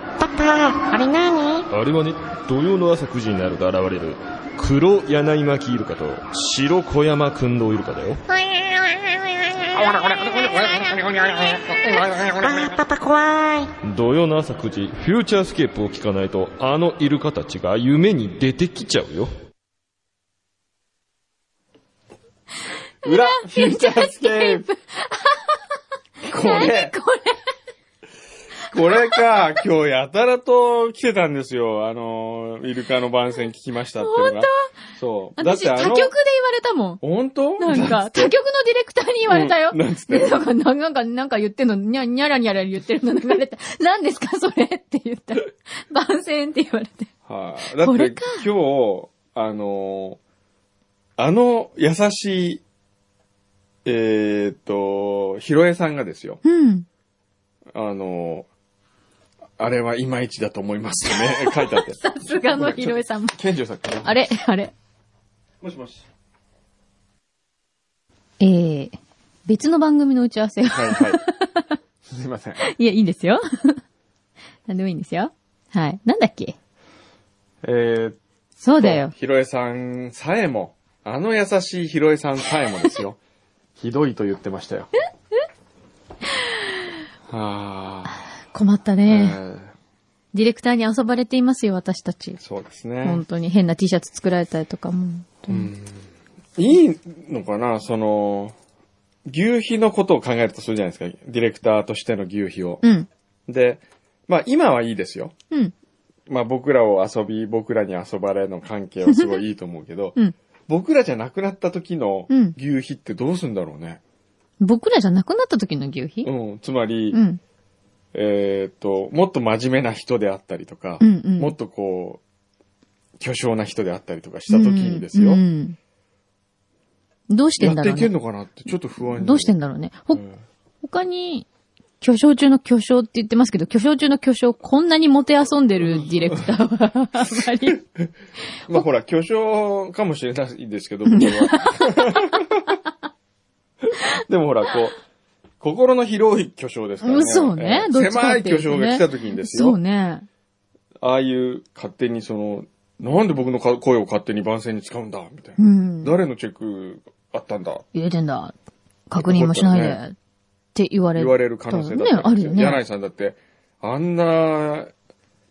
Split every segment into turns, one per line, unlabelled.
ああ、あれ何
あれはね、土曜の朝9時になると現れる、黒柳巻イルカと白小山君堂イルカだよ。
ああ、パパ怖い。
土曜の朝9時、フューチャースケープを聞かないと、あのイルカたちが夢に出てきちゃうよ。
裏、フューチャースケープ。これ、
これ。
これか、今日やたらと来てたんですよ。あの、イルカの番宣聞きましたっていうのが。そう。だっ
私、
て
他
あ
局
の
で、言われたもん。
本当
なんか、他局のディレクターに言われたよ。
うんなんつって
でなんか、なんか、なんか言ってんの、にゃ、にゃらにゃら言って るの流れた。何ですか、それって言ったら。番宣って言われて。
はい、だっ
これ
て
か
今日、あのーあの優しい、えーっと、ひろえさんがですよ。
うん。
あのーあれはいまいちだと思いますってね、書いてあって。
さすがのひろえさんも。
賢治さんから。
あれ、あれ。
もしもし。
えー、別の番組の打ち合わせを。
はいはい。すいません。
いや、いいんですよ。 何でもいいんですよ。はい。なんだっけ
えー、
そうだよ。
ひろえさんさえも、あの優しいひろえさんさえもですよ。ひどいと言ってましたよ。はあ、
困った
え
ね。
ー
ディレクターに遊ばれていますよ、私たち。
そうですね。
本当に変な T シャツ作られたりとかも。
いいのかなその、牛皮のことを考えるとするじゃないですか。ディレクターとしての牛皮を。
うん。
で、まあ今はいいですよ。
うん。
まあ僕らを遊び、僕らに遊ばれの関係はすごいいいと思うけど、
うん
僕らじゃなくなった時の
うん
牛皮ってどうすんだろうね。
僕らじゃなくなった時の牛皮
うん。つまり、
うん。
えーっと、もっと真面目な人であったりとか、
うんうん
もっとこう、巨匠な人であったりとかした時にですよ。
うんうんどうして
や
んだ
って
ろう
いけ
ね
ん。のかなってちょっと不安になる
どうしてんだろうね。ほ、
うん
他に、巨匠中の巨匠って言ってますけど、巨匠中の巨匠、こんなにもてあそんでるディレクターは、あん まり。
まあほら、巨匠かもしれないですけど、僕は。 でもほら、こう、心の広い巨匠ですからね。
そうね
えー
どっちか
狭
っ
い
ていう
巨
とね
匠が来た時にです
そう
よ。
ね。
ああいう勝手にその、なんで僕のか声を勝手に番宣に使うんだみたいうな。
ん。
誰のチェックあったんだ
入れてんだ。確認もしないで。って言われ
言
る。
われる可能性だって
ね、あるよね。
柳井さんだって、あんな、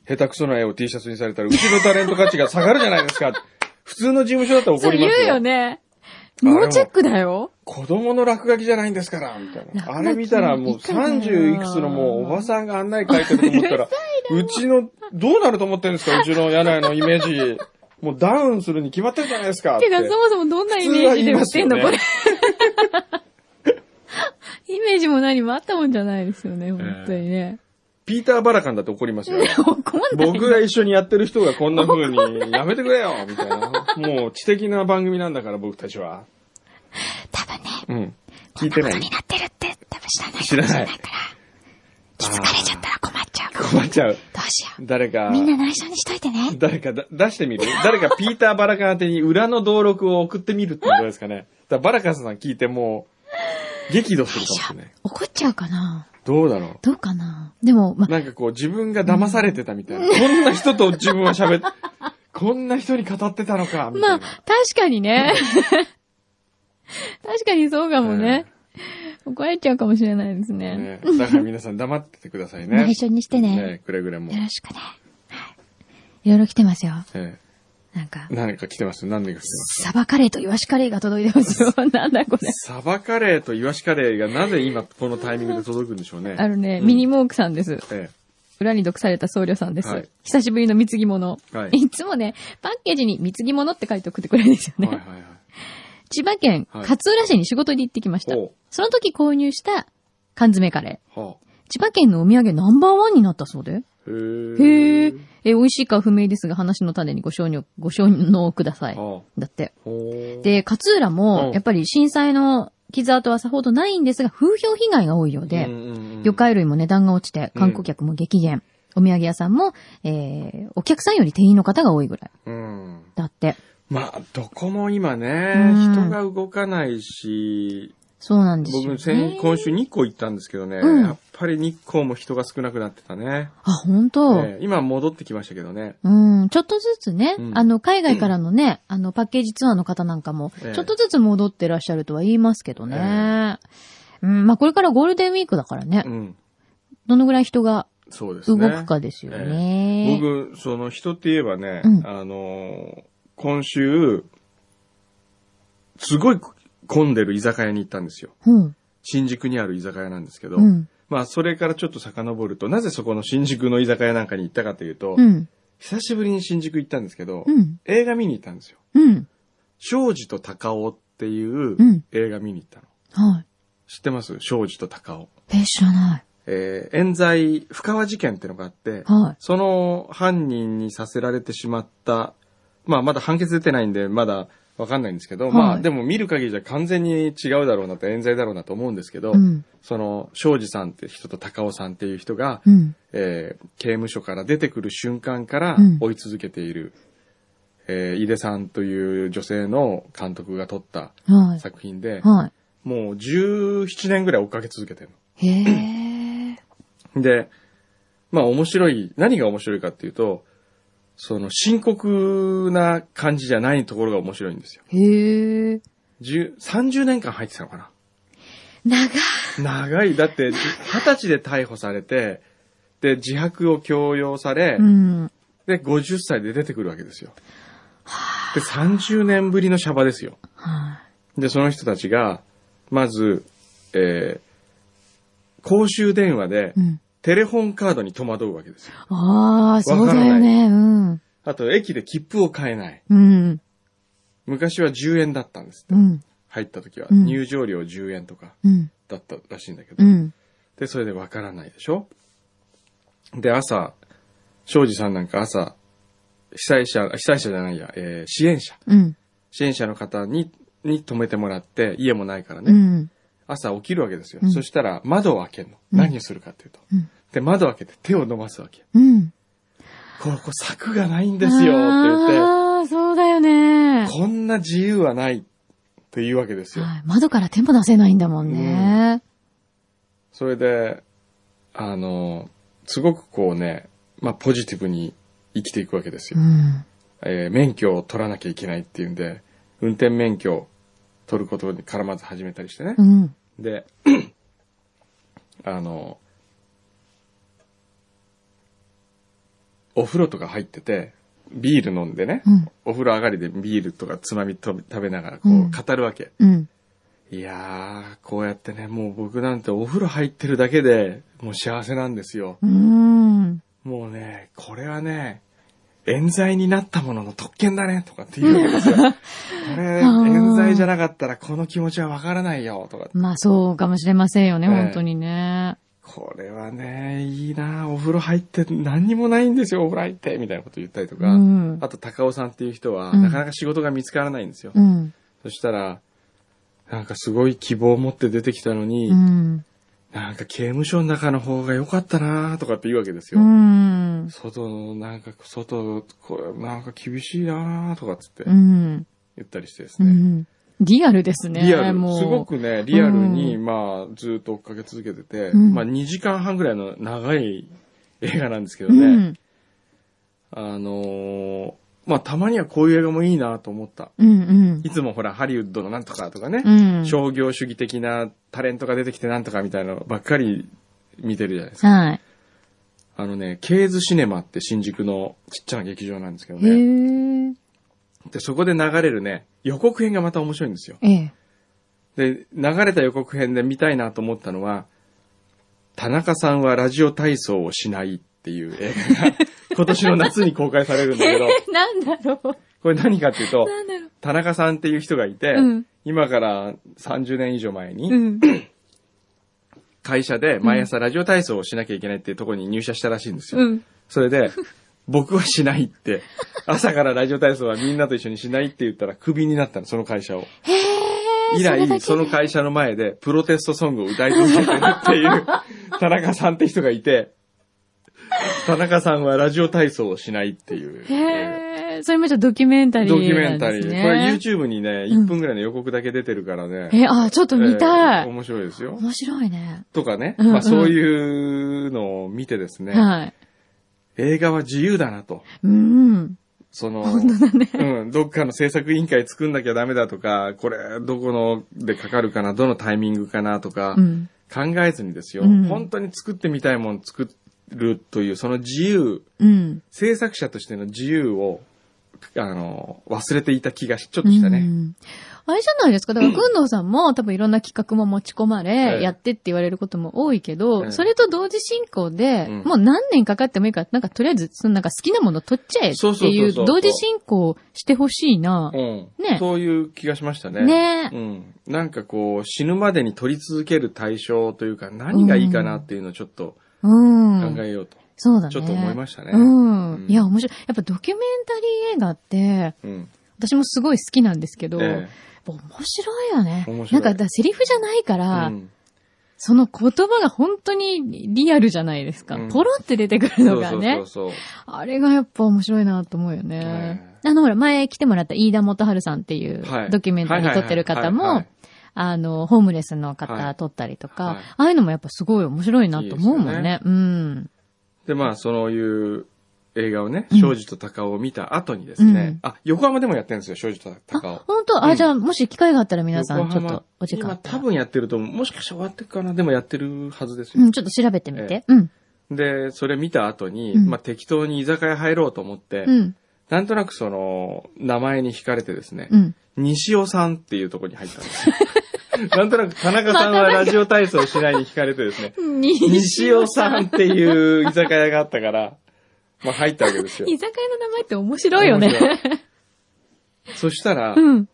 下手くそな絵を T シャツにされたら、うちのタレント価値が下がるじゃないですか。普通の事務所だったら
そ
怒
う
りま
言
す
うよね。ノーチェックだよ。
子供の落書きじゃないんですから、みたい
落書
な。
き
あれ見たらもう
痛いな
30いくつのもうおばさんがあんなに書いてると思ったら、うちの、どうなると思ってるんですか うちの柳井のイメージ。もうダウンするに決まってるじゃないですかって。
てか、そもそもどんなイメージで売ってんの、
普通
こ
は
れ
言い。
イメージも何もあったもんじゃないですよね、本当にね。
ピーター・バラカンだって怒りますよ。
怒んない。
僕が一緒にやってる人がこんな風に、やめてくれよみたいな。もう知的な番組なんだから僕たちは。
多分ね、
うん。聞いてない
に。なってるって多分知らない
知らない。
気づかれちゃったら困っちゃう。ど
困っちゃう。
うしよ
誰か。
う。みんな内緒にしといてね。
誰かだ出してみる誰かピーター・バラカン宛てに裏の登録を送ってみるってどうですかね。だからバラカンさん聞いてもう、激怒するかもしれない。
怒っちゃうかな
どうだろ
どうかなでも、ま
う。、なんかこう自分が騙されてたみたいな。こんな人と自分は喋っ、こんな人に語ってたのか、みた
ま
いな
あ、。確かにね。 確かにそうかもね。怒られちゃうかもしれないですね。
ね、だから皆さん黙っててくださいね。
内緒にしてね。
ねくれぐれも
よ。ろしくね。はい。いろいろ来てますよ。
え
なんか
え、なんか来てます何年か来てます
サバカレーとイワシカレーが届いてますよ。
なんだこれ。
サバカレーとイワシカレーがなぜ今このタイミングで届くんでしょうね。
あのね、
うん
ミニモークさんです。
え
裏に毒された僧侶さんです。
はい
久しぶりの貢ぎ物。
はい
い、つもね、パッケージに貢ぎ物って書いて送ってくれるんですよ
え。
ね。
はいはいはい。
千葉県
はい
勝浦市に仕事に行ってきました。
おう
その時購入した缶詰カレー。
はあ。
千葉県のお土産ナンバーワンになったそうで。
へえ。
へえ。え、美味しいかは不明ですが、話の種にご承認、ご承認ください。
はあ。
だって。
ほ
で、勝浦
う
も
ん、
やっぱり震災の傷跡はさほどないんですが、風評被害が多いようで、魚介類も値段が落ちて、観光客も激減。お土産屋さんも、えー、お客さんより店員の方が多いぐらい。
うん。
だって。
まあ、どこも今ね
う、ん
人が動かないし、
そうなんですよ、ね。
僕、先、今週日光行ったんですけどね、
うん
やっぱり日光も人が少なくなってたね。
あ、本当、
ええ今戻ってきましたけどね。
うん、ちょっとずつね、
うん
あの、海外からのね、あの、パッケージツアーの方なんかも、
ええ
ちょっとずつ戻ってらっしゃるとは言いますけどね。うん、まあ、これからゴールデンウィークだからね、
うん。
どのぐらい人が
そうです
動
ね。
くかですよね。
僕、その人って言えばね、
うん
あのー今週、すごい混んでる居酒屋に行ったんですよ。
うん、
新宿にある居酒屋なんですけど、
うん、
まあそれからちょっと遡ると、なぜそこの新宿の居酒屋なんかに行ったかというと、
うん、
久しぶりに新宿行ったんですけど、
うん、
映画見に行ったんですよ。
うん、
庄司と高尾っていう
うん
映画見に行ったの。
はい。
知ってます庄司と高尾。
ペー知らない。
えー冤罪、深川事件ってのがあって、
はい。
その犯人にさせられてしまった、まあまだ判決出てないんで、まだわかんないんですけど、
はい
まあでも見る限りじゃ完全に違うだろうなと、冤罪だろうなと思うんですけど、
うん、
その、庄司さんって人と高尾さんっていう人が、
うん、
えー刑務所から出てくる瞬間から
うん
追い続けている、えー井出さんという女性の監督が撮った
はい。
作品で、
は
もう17年ぐらい追っかけ続けてる
い。へえ。
の。で、まあ面白い、何が面白いかっていうと、その深刻な感じじゃないところが面白いんですよ。
へえ。
10 30年間入ってたのかな
長い。
長い。だって、じ20歳で逮捕されて、で、自白を強要され、
うん。
で、50歳で出てくるわけですよ。で、30年ぶりのシャバですよ。
は
で、その人たちが、まず、えー公衆電話で
い。う、ん。
テレホンカードに戸惑うわけですよ。
ああ、そうだよね。うん。
あと、駅で切符を買えない。
うん。
昔は10円だったんですって。
うん。
入った時は。
うん
入場料10円とか
うん。
だったらしいんだけど
う。ん。
で、それでわからないでしょで、朝、庄司さんなんか朝、被災者、被災者じゃないや、えー支援者。
うん。
支援者の方に、に泊めてもらって、家もないからね、
うん。
朝起きるわけですよ。
うん
そしたら、窓を開けるの。
うん
何をするかっていうと。
うん
で、窓を開けて手を伸ばすわけ。
うん。
ここ柵がないんですよって言って、
ああ、そうだよね。
こんな自由はないっていうわけですよ。
はい窓から手も出せないんだもんね。
それで、あの、すごくこうね、まあ、ポジティブに生きていくわけです
う
よ。
ん。
えー免許を取らなきゃいけないっていうんで、運転免許を取ることからまず始めたりしてね
う。ん。
で、あの、お風呂とか入ってて、ビール飲んでね、
うん。
お風呂上がりでビールとかつまみと食べながらこ
うん
う語るわけ。
うん。
いやー、こうやってね、もう僕なんてお風呂入ってるだけでもう幸せなんですよ。
うん。
もうね、これはね、冤罪になったものの特権だね、とかって言うわけです よ。これ、
あー
冤罪じゃなかったらこの気持ちはわからないよ、とか。
まあ、そうかもしれませんよね、
ええ
本当にね。
これはね、いいなお風呂入って何にもないんですよ、お風呂入ってみたいなこと言ったりと
う
か。
ん。
あと、高尾さんっていう人は、
うん
なかなか仕事が見つからないんですよ。
うん。
そしたら、なんかすごい希望を持って出てきたのに、
うん。
なんか刑務所の中の方が良かったなとかって言うわけです
う
よ。
ん。
外の、なんか、外、これ、なんか厳しいなとかっつって
うん。
言ったりしてです
う
ね。
ん。リアルですね。
リアル、
もう
すご。くね、リアルに、
う
まあ、ずっと追っかけ続けてて、
うん
まあ、2時間半ぐらいの長い映画なんですけど
う
ね、
ん。
あのーまあ、たまにはこういう映画もいいなと思った。
うん。うん
い。つもほら、ハリウッドのなんとかとかね、
うん。
商業主義的なタレントが出てきてなんとかみたいなのばっかり見てるじゃないですか。
はい。
あのね、ケーズシネマって新宿のちっちゃな劇場なんですけど
へ
ね。
え。
で、そこで流れるね、予告編がまた面白いんですよ。
ええ。
で、流れた予告編で見たいなと思ったのは、田中さんはラジオ体操をしないっていう映画 が今年の夏に公開されるんだけど、
なんだろう。
これ何かっていうと、
なんだろう。
田中さんっていう人がいて、
うん
今から30年以上前
う
に、
ん。
会社で毎朝ラジオ体操をしなきゃいけないっていうところに入社したらしいんですよ。
うん。
それで、僕はしないって、朝からラジオ体操はみんなと一緒にしないって言ったらクビになったの、その会社を。
へえ。
以
れだけ
来、
で
その会社の前でプロテストソングを歌い続けてるって いう、田中さんって人がいて、田中さんはラジオ体操をしないっていう。
へえ、え、それもちょっとドキュメンタリー
ドキュメ
な
ン
ん
タ
で
リ
す
ー。
ね。
これ YouTube にね、
う
1
ん
分ぐらいの予告だけ出てるからね。
え、あ、ちょっと見た
えー
い。
面白いですよ。
面白いね。
とかね。
うんうん
まあそういうのを見てですね。
はい。
映画は自由だなと。
うん。
その、
本当だね。
うん、どっかの制作委員会作んなきゃダメだとか、これ、どこのでかかるかな、どのタイミングかなとか
う、ん。
考えずにですよ、
うん
本当に作ってみたいもの作るという、その自由、
うん。
制作者としての自由を、あの、忘れていた気がし、ちょっとした
う
ね。
んあれじゃないです か。だから、くんどうさんも、多分いろんな企画も持ち込
え
ま
え
れ、やってって言われることも多いけ
ええ
ど、それと同時進行で、
うん
もう何年かかってもいいから、なんかとりあえず、そのなんか好きなもの取っちゃえっ
そうそ
て
うそ
いうう、
そう
同時進行してほしいな
う。ん。
ね
そういう気がしましたね。
ね
うん。なんかこう、死ぬまでに取り続ける対象というか、何がいいかなっていうのをちょっと
うん。
考えようと、
そうだね。
ちょっと思いましたね。
うん。
うん
いや、面白い。やっぱドキュメンタリー映画って、
うん。
私もすごい好きなんですけど、
え
やっぱ面白いよね。
面白い
なんか、だセリフじゃないか
え
ら、
うん
その言葉が本当にリアルじゃないですか。
うん
ポロって出てくるのがね。
そうそうそうそう。
あれがやっぱ面白いなと思うよね。
え
あの、ほら、前来てもらった飯田元春さんっていう
はい
ドキュメンタリー撮ってる方
はいはいはい
も、あの、ホームレスの
はい
方撮ったりとか、
はい
ああいうのもやっぱすごい面白いなと思うもん
い
ね。
いで
うん。
で、まあ、そういう映画をね、
うん
庄司と鷹を見た後にですね、
うん
あ、横浜でもやってるんですよ、庄司と鷹を
あ、。本当
う
あ、
ん
じゃあ、もし機会があったら皆さん、
横
ちょ
浜
っとお時間
今
あった
多
ら。
分やってると思う。もしかして終わってるかなでもやってるはずです
う
よ。
ん、ちょっと調べてみ
え
て。うん。
で、それ見た後に、
うん
まあ、適当に居酒屋入ろうと思って、
うん。
なんとなくその、名前に惹かれてですね、
うん。
西尾さんっていうところに入ったん ですよ。なんとなく田中さんはラジオ体操しないに惹かれてですね、西尾さんっていう居酒屋があったから、まあ、入ったわけですよ。
居酒屋の名前って面白いよね
面。白い。そしたら、
うん。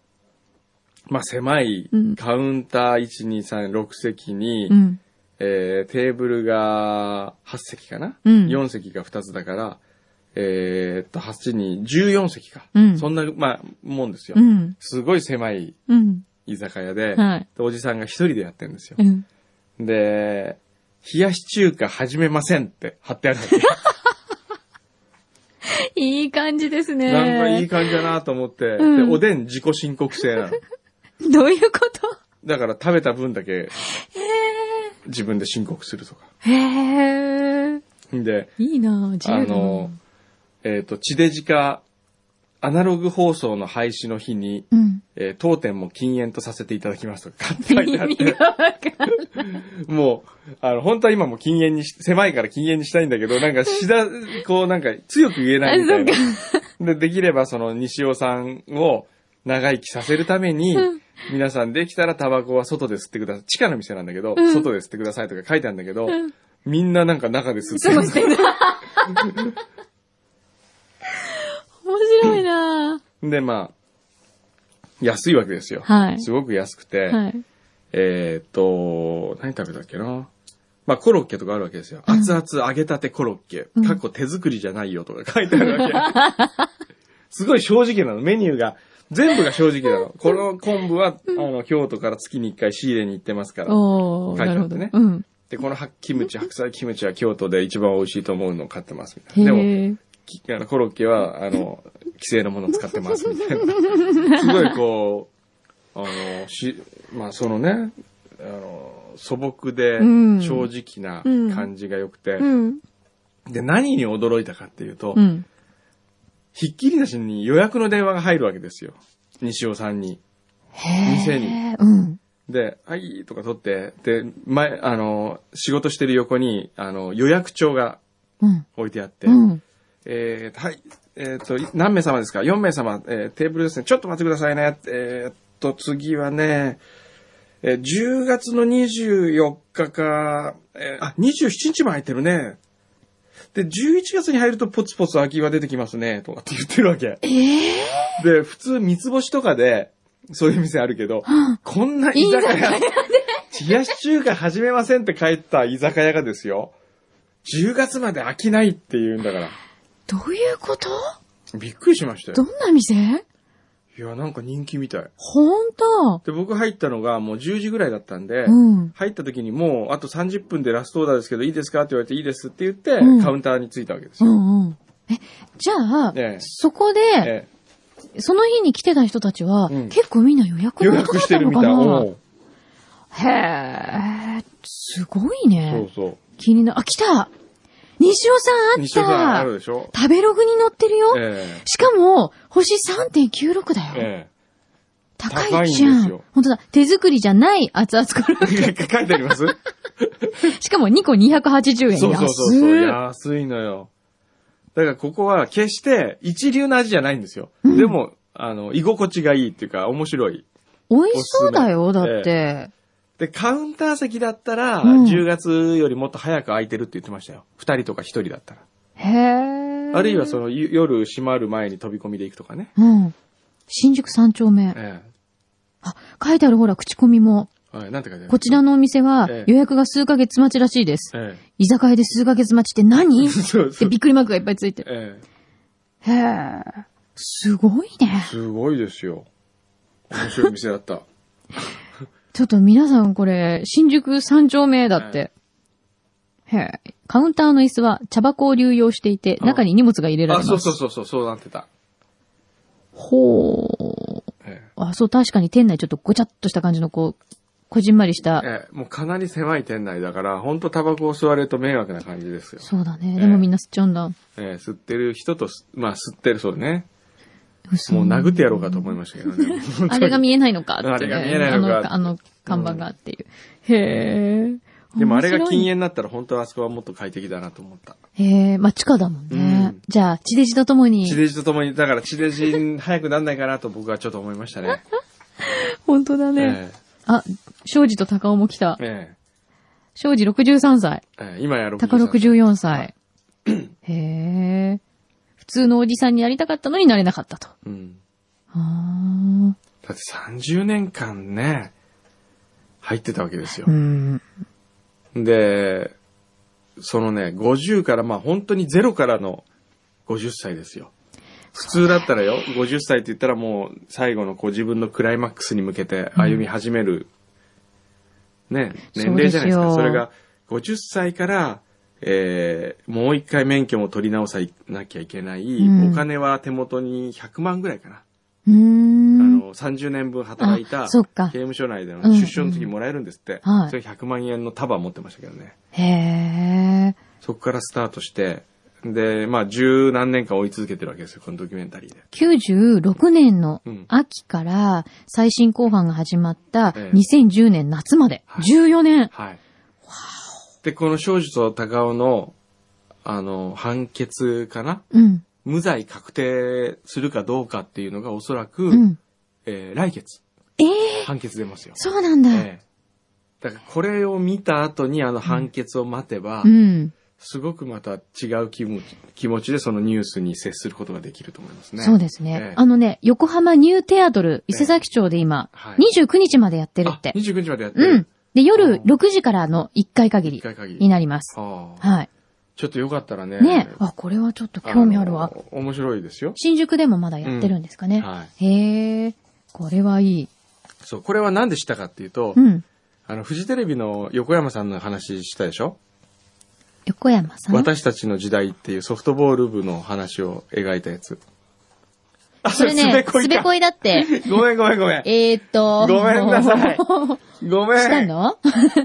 まあ、狭い
うん
カウンター1、2、3、6席に、
うん。
えーテーブルが8席かな、
うん
?4 席が2つだから、えーっと、8に14席か。
うん
そんな、まあ、もんですよ。
うん。
すごい狭い
うん。
居酒屋で、
はい。
でおじさんが一人でやってるんですよ
う。ん。
で、冷やし中華始めませんって貼ってあるんですよ
いい感じですね。
なんかいい感じだなと思って、
う
で、
ん
おでん自己申告制なの。
どういうこと
だから食べた分だけ、自分で申告するとか。
へえ。
で、
いいなぁ自
あ
由だな
の、えっ、と、地デジ化、アナログ放送の廃止の日に、
うん。
えー当店も禁煙とさせていただきますとか書い
意
てあっ
味
て、
がわかんない。
もう、あの、本当は今も禁煙にし、狭いから禁煙にしたいんだけど、なんか、しだ、こうなんか強く言えないみたいな
あ。
で、できればその西尾さんを長生きさせるために、皆さんできたらタバコは外で吸ってください。地下の店なんだけど、
うん
外で吸ってくださいとか書いてあるんだけど、
うん
みんななんか中で吸って
過ごしてる。面白いなぁ
で、まあ、安いわけですよ。
はい
すごく安くて、
はい。
えーっと、何食べたっけな。まあ、コロッケとかあるわけですよ。熱々揚げたてコロッケ。
うん
かっこ手作りじゃないよとか書いてあるわけ。 すごい正直なの。メニューが、全部が正直な の。この昆布は、あの、京都から月に1回仕入れに行ってますから。
おー、
書いてあ
なる
っ
ほ
て
ど
ね
ね。うん。
で、このはキムチ、白菜キムチは京都で一番美味しいと思うのを買ってますみた
へ
いな。でも、
え。
きあのコロッケは、あの、既成のものを使って ますみたいな。すごいこう、あの、し、まあそのね、あの、素朴で
うん
正直な
うん
感じが良くて
う、ん。
で、何に驚いたかっていうと
う、ん。
ひっきりなしに予約の電話が入るわけですよ。西尾さんに。
へ
店に
に。うん。
で、はい、とか取って、で、前、あの、仕事してる横に、あの、予約帳が
うん。
置いてあって、
うん。
えー、はい。えっ、と、い何名様ですか ?4 名様、えーテーブルですね。ちょっと待ってくださいね。えーっと、次はね、えー10月の24日か、えーあ、27日も空いてるね。で、11月に入るとポツポツ空きが出てきますね、とかって言ってるわけ。で、普通三つ星とかで、そういう店あるけど、こんな居酒屋、冷やし中華始めませんって書いた居酒屋がですよ、10月まで飽きないって言うんだから。
どういうこと
びっくりしました
ど
よ。
んな店
いや、なんか人気みたい。
ほんと
で、僕入ったのがもう10時ぐらいだったんで、
うん。
入った時にもうあと30分でラストオーダーですけどいいですかって言われていいですって言って、
うん
カウンターに着いたわけです
う
よ。
んうん。じゃあ、
ええ
そこで、
え
その日に来てた人たちは、
うん
結構みんな予約
え予
が
約
取
して
れた
る
の
み
か
たい。
な
おう
へえ、すごい
そ
ね
う。そう。
気になる。あ、来た西尾さんあっ
西尾さんあ
た
るでしょ
食べログに載ってるよ、
え
しかも、星3.96だよ
え。。え
高いじゃ
高いんです
ん
よ。
本当だ。手作りじゃない熱々コ ロ
え。
ッケ。
書いてあります
しかも2個280円。
そうそうそうそう。
安
安
い
いのよ。だからここは決して一流の味じゃないんですよ。でも、あの、居心地がいいっていうか面白い。
美味しそうだよ、だって。
で、カウンター席だったら、
うん
10月よりもっと早く空いてるって言ってましたよ。2人とか1人だったら。
へえ。
あるいはそのゆ夜閉まる前に飛び込みで行くとかね。
うん。新宿三丁目。
え
あ、書いてあるほら、口コミも。
え。はい、なんて書いてある
こちらのお店は
ええ
予約が数ヶ月待ちらしいです。
え
居酒屋で数ヶ月待ちって 何っ
え。そう
て
そう。
びっくりマークがいっぱいつ いてる。
ええ。
へえ。すごいね。
すごいですよ。面白い店だ った。
ちょっと皆さんこれ、新宿三丁目だっ
え
て。へえ。カウンターの椅子は茶箱を流用していて、
あ
中に荷物が入れられ
あ、
ます。
そうそうそうそう、そうなってた。
ほう。
え
あ、そう、確かに店内ちょっとごちゃっとした感じの、こう、こじんまりし
え
た。
ええ、もうかなり狭い店内だから、ほんとタバコを吸われると迷惑な感じですよ。
そうだね。
え
でもみんな吸っちゃうんだ。
ええ、吸ってる人とす、まあ吸ってるそうでね。
嘘
もう殴ってやろうかと思いましたけどね。
あれが見えないのかって、ね。
あれが見えないのかって
あの、あの看板がっていう。へえ。
でもあれが禁
煙。
煙になったら本当はあそこはもっと快適だなと思った。
へえ、まあ、地下だもんね。
うん
じゃあ、地デジととも
地
に。
デジとともに、だから地デジに早くなんないかなと僕はちょっと思いましたね。
本当だ ね。
え
あ、庄司と高尾も来た
え。え
庄司63歳。
えええ今やろう。
高64歳。へえ。普通のおじさんになりたかったのになれなかったと。
うん。
あ
だって30年間ね、入ってたわけですよ
ーう。ん。
で、そのね、50から、まあ本当にゼロからの50歳ですよ。普通だったらよ、50歳って言ったらもう最後のこう自分のクライマックスに向けて歩み始める、ね、年齢じゃないですか。そ
そうで
れ
すよ
が50歳から、えー、もう一回免許も取り直さなきゃいけない、
うん
お金は手元に100万ぐらいかな。
うー
あ
ん。
の、30年分働いた、
あそっか
刑務所内での
うんうん
出所の時もらえるんですって。
はい
それ100万円の束持ってましたけどね。
へえ。
そこからスタートして、で、まあ、十何年間追い続けてるわけですよ、このドキュメンタリーで。
96年の
うん
秋から最新公判が始まった
ええ
2010年夏まで、
はい
14年。
はい。で、この少女と高尾の、あの、判決かな
うん。
無罪確定するかどうかっていうのがおそらく、
うん。
えー来月、
ええ
判決出ますよ。
そうなんだ。
ええだから、これを見た後にあの判決を待てば、
うん。
すごくまた違う気持ち、気持ちでそのニュースに接することができると思いますね。
そうですね、
ええ
あのね、横浜ニューテアトル、伊勢崎町で今、
はい
29日までやってるっ
あ。
て
29日までやってる。
うん。
う
で、
ん
夜6時からの1回限
一
り
回限り。
になります。
はあ
はい。
ちょっとよかったらね。
ねえ。あ、これはちょっと興味あるわ。
の。面白いですよ。
新宿でもまだやってるんですかね。
はい。
へえ。これはいい。
そう、これは何でしたかっていうと、
うん。
あの、フジテレビの横山さんの話したでしょ
横山さん。
私たちの時代っていうソフトボール部の話を描いたやつ。あ、
それね、すべこ
い
い だって、
か。ごめんごめんごめん。
えーっと。
ごめんな さいごめん。
したの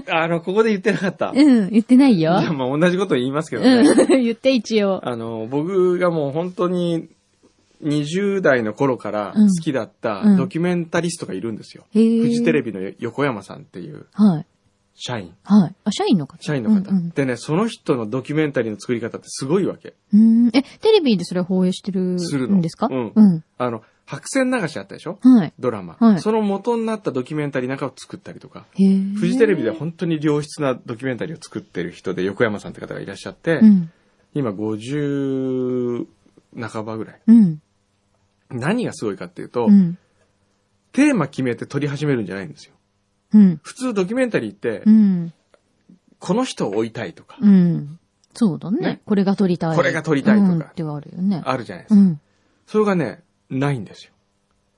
あの、ここで言ってなかった。い
うん、言ってないよ
や、。まあ同じこと言いますけどね。
うん、 言って一応。
あの、僕がもう本当に20代の頃から好きだった
うん
ドキュメンタリストがいるんですよ。
へー
フジテレビの横山さんっていう
はい。
社員。
はい。あ、社員の方。
社員の方、
うん
でね、その人のドキュメンタリーの作り方ってすごいわけ。
うん、うんえ、テレビでそれ放映してる
するの
んですか
うん
うん。
あの、白線流しあったでしょ
はい。
ドラマ、
はい
その元になったドキュメンタリーなんかを作ったりとか。
へー
フジテレビで本当に良質なドキュメンタリーを作ってる人で横山さんって方がいらっしゃって、
うん。
今50半ばぐらい。
うん。
何がすごいかっていうと、
うん。
テーマ決めて撮り始めるんじゃないんですよ。
うん。
普通ドキュメンタリーって、
うん。
この人を追いたいとか、
うん。そうだね
ね。
これが撮りたい。
これが撮りたいとか
うんってはあるよね。
あるじゃないです
う
か。
ん。
それがね、ないんですよ。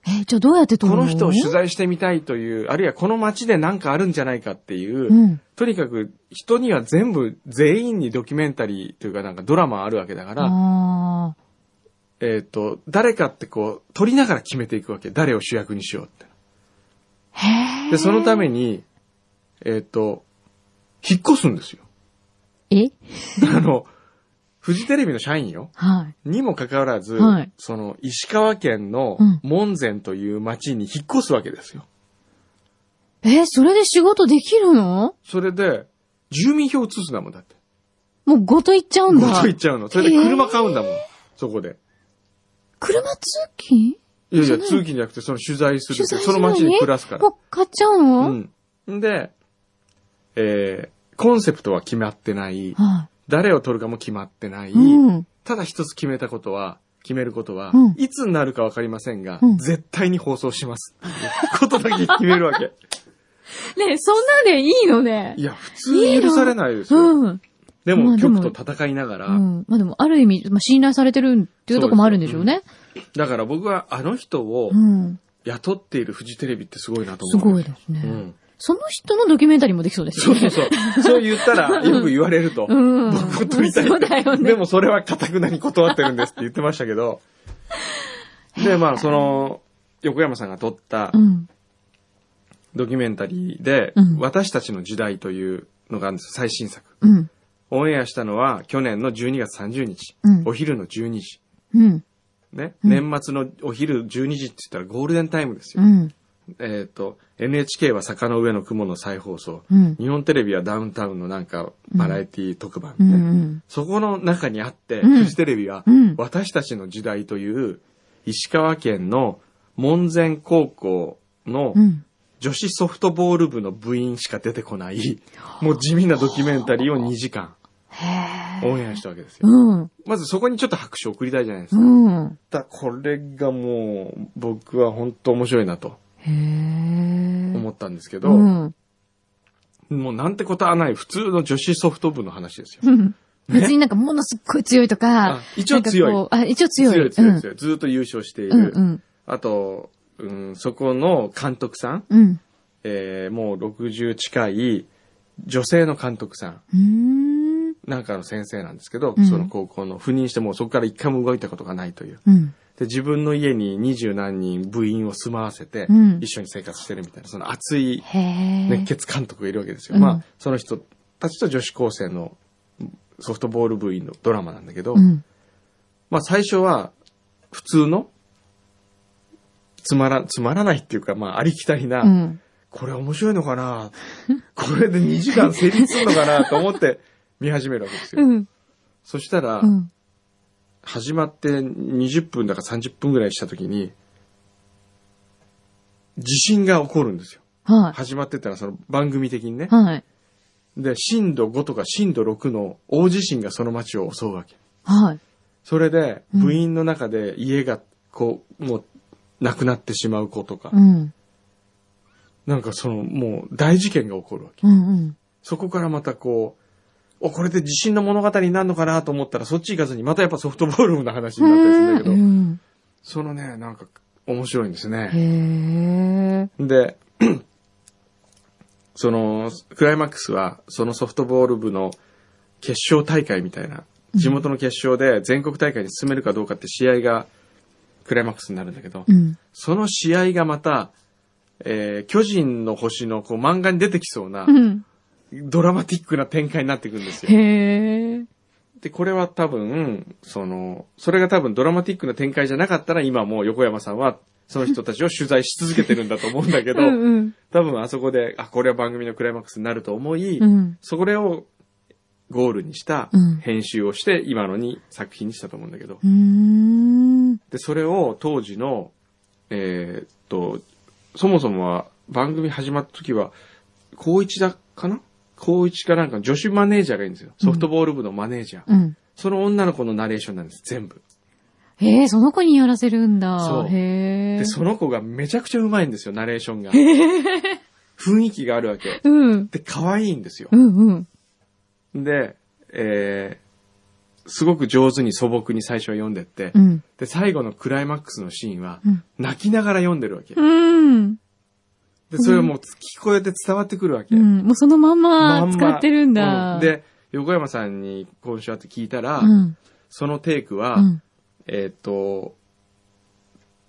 え、じゃあどうやって撮
こ
るの
の人を取材してみたいという、あるいはこの街で何かあるんじゃないかっていう、
うん。
とにかく人には全部、全員にドキュメンタリーというかなんかドラマあるわけだから、
ああ。
えっ、と、誰かってこう、撮りながら決めていくわけ。誰を主役にしようって。
へえ。
で、そのために、えっ、と、引っ越すんですよ。
え
あの、フジテレビの社員よ。
はい。
にもかかわらず、
はい
その、石川県の
うん
門前という町に引っ越すわけですよ。
えー、それで仕事できるの
それで、住民票移すんだもん、だって。
もうごと行っちゃうん
ご
だ。
と行っちゃうの。それで車買うんだもん、そこで。
車通勤
いやい
そ
や、
うな
通
の
勤じゃなくて、その取材する
取
って
材
その町に暮らすから
も。う買っちゃうの、
うん。んで、えー、コンセプトは決まってない。
は
誰を取るかも決まってない。
い。うん。
ただ一つ決めたことは、決めることは、
うん
いつになるかわかりませんが、
うん
絶対に放送します。っていうことだけ決めるわ け。
ねえそんなでいいのね
い。や、普通許されないですよ。
うん。
で
ま
も、
あでも
局と戦いながら、
うん。まあでも、ある意味、まあ、信頼されてるっていうとこもあるんでしょうね。
だから僕はあの人を
うん。
雇っているフジテレビってすごいなと
す
思う。
ごいですね、
うん。
その人のドキュメンタリーもできそうです
そ
よ
うそ
ね。
うそう。そう言ったらよく言われると。
うん。
僕を撮りたいって。
そうだよね。
でもそれはかたくなに断ってるんですって言ってましたけど。で、まあ、その、横山さんが撮った
うん。
ドキュメンタリーで、
うん
私たちの時代というのがあるんですよ最新作。
うん。
オンエアしたのは去年の12月30日、
うん
お昼の12時。
うん。
ね、
うん
年末のお昼12時って言ったらゴールデンタイムです
う
よ。
ん。
えっ、と、NHK は坂の上の雲の再放送。
うん。
日本テレビはダウンタウンのなんかバラエティ特番、
う
ね
ん。
そこの中にあって、
うん
フジテレビは、
うん
私たちの時代という石川県の門前高校の
うん。
女子ソフトボール部の部員しか出てこない、もう地味なドキュメンタリーを2時間
へえ。
オンエアしたわけですよ。
うん。
まずそこにちょっと拍手を送りたいじゃないですか。
うん。
だこれがもう僕は本当面白いなと
へえ。
思ったんですけど、
うん。
もうなんてことはない普通の女子ソフト部の話ですよ。
うん別になんかものすっごい強いと
あ
か。
一応強い
なんかこうあ、一応強い。
強い強い強い。ずっと優勝している。
うん。うん。
あと、うん、そこの監督さん、
うん。
えーもう60近い女性の監督さん
うん。
なんかの先生なんですけど、
うん
その高校の赴任してもうそこから一回も動いたことがないという。
うん。
で、自分の家に二十何人部員を住まわせて、
うん
一緒に生活してるみたいな、その熱い
へえ。
熱血監督がいるわけですよ。
うん
まあ、その人たちと女子高生のソフトボール部員のドラマなんだけど、
うん。
まあ最初は普通のつまら、つまらないっていうか、まあありきたりな、
うん。
これ面白いのかなこれで2時間成立するのかなと思って見始めるわけですよ。
うん。
そしたら、
うん。
始まって20分だか30分ぐらいした時に、地震が起こるんですよ。
はい。
始まってたらその番組的にね。
はい。
で、震度5とか震度6の大地震がその街を襲うわけ。
はい。
それで、
うん
部員の中で家がこう、もう、なくなってしまう子とか、
うん。
なんかその、もう大事件が起こるわけ。
うん。うん。
そこからまたこう、お、これで地震の物語になるのかなと思ったら、そっち行かずに、またやっぱソフトボール部の話になったりするんだけ
う
ど、
ん。
そのね、なんか、面白いんです
へ
ね。
え。
で、その、クライマックスは、そのソフトボール部の決勝大会みたいな、地元の決勝で全国大会に進めるかどうかって試合が、クライマックスになるんだけど、
うん。
その試合がまた、えー巨人の星のこう漫画に出てきそうな
う、ん。
ドラマティックな展開になってくるんですよ。
へえ。
で、これは多分、その、それが多分ドラマティックな展開じゃなかったら今もう横山さんは、その人たちを取材し続けてるんだと思うんだけ
う
ど、
ん。うん。
多分あそこで、あ、これは番組のクライマックスになると思い、
うん。
それをゴールにした
うん
編集をして、今のに作品にしたと思うんだけど
う、ん。
で、それを当時の、えーっと、そもそもは番組始まった時は、高一だかな高一かなんかの女子マネージャーがいるんですよ。ソフトボール部のマネージャー。
うん。
その女の子のナレーションなんです、全部。
へえ、その子にやらせるんだ。
そう
へえ。
で、その子がめちゃくちゃうまいんですよ、ナレーションが。雰囲気があるわけ。
うん。
で、可愛いんですよ
う。んうん。
で、えーすごく上手に素朴に最初は読んでって、
うん。
で、最後のクライマックスのシーンは、
うん
泣きながら読んでるわけ。
うん。
で、それはもう聞こえて伝わってくるわけ。
うん。もうそのまんま
まんま
使ってるんだ。
うんで、横山さんに今週会って聞いたら、
うん、
そのテイクは、
うん。
えっ、と、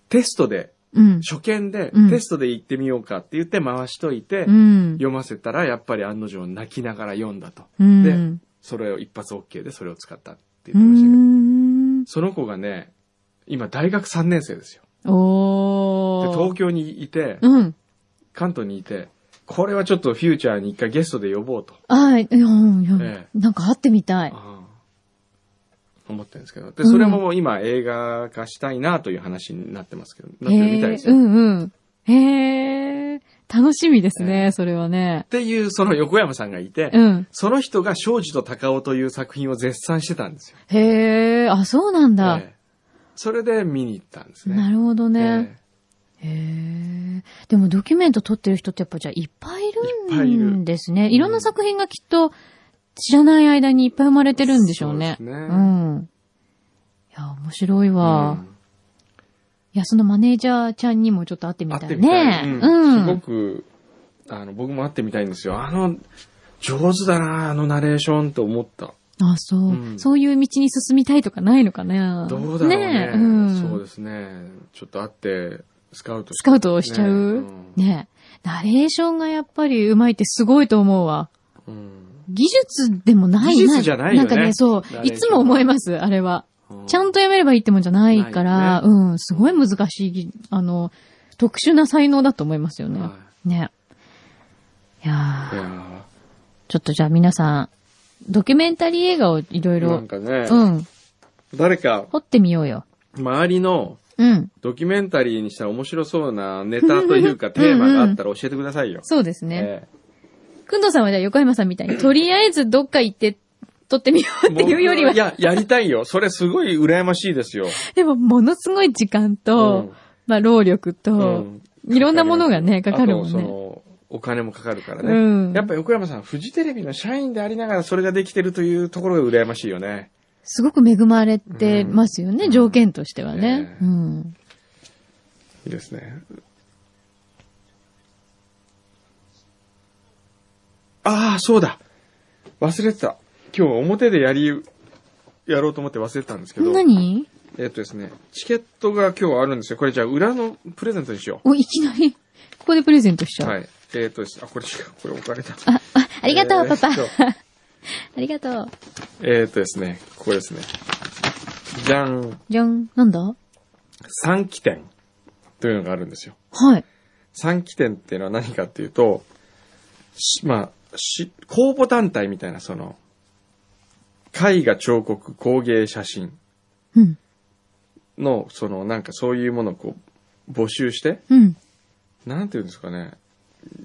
テストで、
うん。
初見で、
うん
テストで行ってみようかって言って回しといて、
うん。
読ませたら、やっぱり案の定泣きながら読んだと。
うん。
で
うん
それを一発 OK でそれを使ったって
う
言ってましたけど、
ん。
その子がね、今大学3年生ですよ。
お
で
ー。
東京にいて、
うん。
関東にいて、これはちょっとフューチャーに一回ゲストで呼ぼうと、
あい、うん、うん
え
なんか会ってみたい。
あー思ってるんですけど。で、それももう今映画化したいなという話になってますけど、なってるみたいです
へーう
よ。っ
んうん。へえ、楽しみですね、それはね。
ていうその横山さんがいて、
うん。
その人が庄司と高尾という作品を絶賛してたんですよ。
へえ、あ、そうなんだ。
ええそれで見に行ったんですね。
なるほどね。
え
へえ。でもドキュメント撮ってる人ってやっぱじゃあいっぱいい
いっぱいいる
るんですね。いろんな作品がきっと知らない間にいっぱい生まれてるんでしょうね。
そうですね
ん。いや、面白い
え
わ。
うん
いや、そのマネージャーちゃんにもちょっと会ってみ
会
た
って
い
みた
ね。
い。うん
うん。
すごく、あの、僕も会ってみたいんですよ。あの、上手だな、あのナレーションと思った。
あ、そう、
うん
そういう道に進みたいとかないのかな
どうだろうね。
えうん、
そうですね。ちょっと会って、スカウト
スカウトをしちゃう
ね
ね,、え。ナレーションがやっぱり上手いってすごいと思うわ。
うんうん
技術でもない
技術じゃないよね
なんかね、そ
ナ
う
レーション。はい
つも思います、あれは。ちゃんとやめればいいってもんじゃないか
な
ら、
いよ
うん、すごい難しい技、あの、特殊な才能だと思いますよね。
は
ね
いい
いやー
や
ちょっとじゃあ皆さん、ドキュメンタリー映画をいろい
ーな
ろ
ん、かね、
うん、
誰か、
掘ってみようよ。
周りの
うん、
ドキュメンタリーにしたら面白そうなネタというかテーマがあったら教えてくださいよ。
そうですね。
ええ
くんどうさんはじゃあ横山さんみ たいに、とりあえずどっか行って、撮ってみようっていうよりは
僕、や、やりたいよ。それすごい羨ましいですよ。
でもものすごい時間
う
と、
ん
まあ労力と、
うん
いろんなものがね、かかるも
あ
ん
と、そ
ね。
の、お金もかかるからね。
うん
やっぱ横山さん、フジテレビの社員でありながらそれができてるというところが羨ましいよね。
すごく恵まれてますよね、
うん
条件としてはね
ね。え
うん。
いいですね。ああ、そうだ。忘れてた。今日表でやり、やろうと思って忘れてたんですけど。
何
えっとですね、チケットが今日あるんですよ。これじゃあ裏のプレゼントにしよ
お、いきなり、ここでプレゼントしち
う。
ゃう。
はい。えっとですあ、これ違う。これ置かれた。
あ、あ、ありがとう、
え
パ
ー
パ。
そう
ありがとう。
えっとですね、ここですね。じゃん。
じゃん。なんだ
三期展というのがあるんですよ。
はい。
三期展っていうのは何かっていうと、しまあ、し、公募団体みたいな、その、絵画、彫刻、工芸、写真
うん。
の、その、なんかそういうものをこう、募集して、
うん。
なんていうんですかね、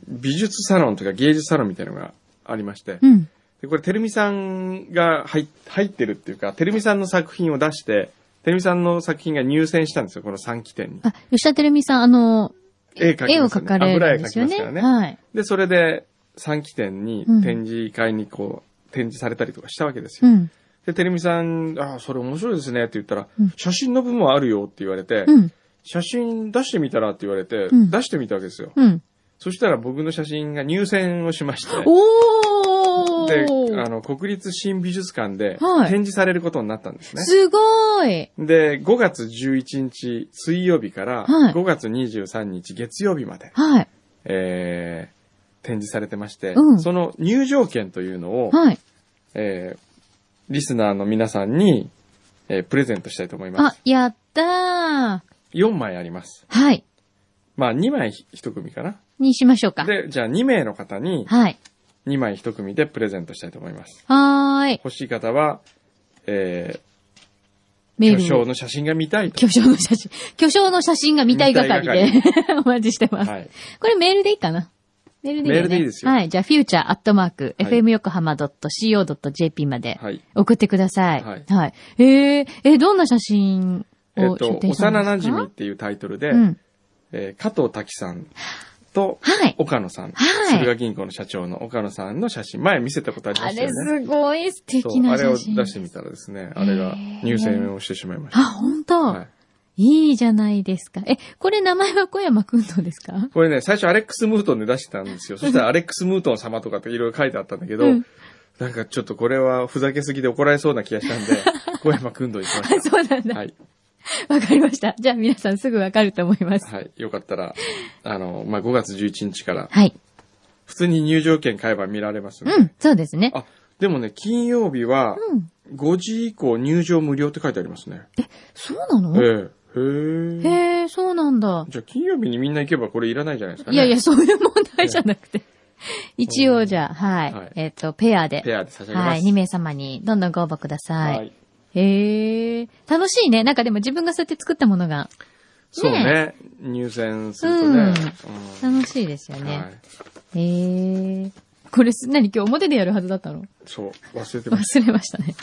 美術サロンとか芸術サロンみたいなのがありまして、
うん。
でこれ、てるみさんが入っ入ってるっていうか、てるみさんの作品を出して、てるみさんの作品が入選したんですよ、この三期展に。
あ、吉田照美さん、あの、
絵描きますよね
絵を描かれ
油
る
絵
ん
描
です
き
よ
ます
ね。
からね。
はい。
で、それで、三期展に
うん
展示会にこう、展示されたりとかしたわけです
う
よ。
ん。
で、てるみさん、ああ、それ面白いですねって言ったら、
うん
写真の部分はあるよって言われて、
うん。
写真出してみたらって言われて、
うん
出してみたわけですよ。
うん。
そしたら僕の写真が入選をしまして、
お
で、
ー
あの、国立新美術館で
はい
展示されることになったんですね。
すごい
で、5月11日水曜日から
はい
5月23日月曜日まで、
はい。
えー展示されてまして、
うん
その入場券というのを、
はい。
えーリスナーの皆さんに、えープレゼントしたいと思いま
あ
す。、
やったー。
4枚あります。
はい。
まあ、2枚1組かな。
にしましょうか。
で、じゃあ2名の方に
はい。
2枚1組でプレゼントしたいと思います。
はーい。
欲しい方は、え
メ
ー、巨
ール
匠
を。
の写真が見たいと。
巨匠の 写真。巨匠の写真が見たい係でお待ちしてます。
はい。
これメールでいいかなメールでいいよ
メー
ね。
ルでいいですよ
はい。じゃあ、
はい
future.fmyokohama.co.jp まで
はい。
送ってください。
はい
はい。えー、えー、どんな写真
えっ、
を
と
出、展され
幼
ますか
馴染っていうタイトルで、
うん。
えー加藤滝さんと、
はい。
岡野さん、
はい
駿河銀行の社長の岡野さんの写真、前見せたことありま
あ
したよ
れ
ね。
すごい素敵
そう、あ
な
れを
写
出
真。
してみたらですね、あれが入選をしてしまいました。
あ、本当、
はい。
い、いじゃないですか。え、これ名前は小山くんどうですか
これね、最初アレックス・ムートンで出してたんですよ。そしたらアレックス・ムートン様とかっていろいろ書いてあったんだけど、
うん
なんかちょっとこれはふざけすぎで怒られそうな気がしたん で、小山くんどにしま
あ、
し
そうなん
た。
だ。
は
わ、
い。
かりました。じゃあ皆さんすぐわかると思います。
はい。よかったら、あの、まあ、5月11日から、
はい。
普通に入場券買えば見られますね。
うん、そうですね。
あ、でもね、金曜日は、
うん。
5時以降入場無料って書いてありますね。
そうな
ええ
の。
へえ。
へえ、そうなんだ。
じゃあ金曜日にみんな行けばこれいらないじゃないですかね。
いやいや、そういう問題じゃなくて。一応じゃあ、はい。
はい
えっ、と、ペアで。
ペアで差し上げます。
はい、2名様にどんどんご応募ください。
はい
へえ、楽しいね。なんかでも自分がそうやって作ったものが
そうね。入選するとね。うん
楽しいですよ
は
ね。
い
へえ。これす、何今日表でやるはずだったの
そう、忘れてまし
忘れましたね。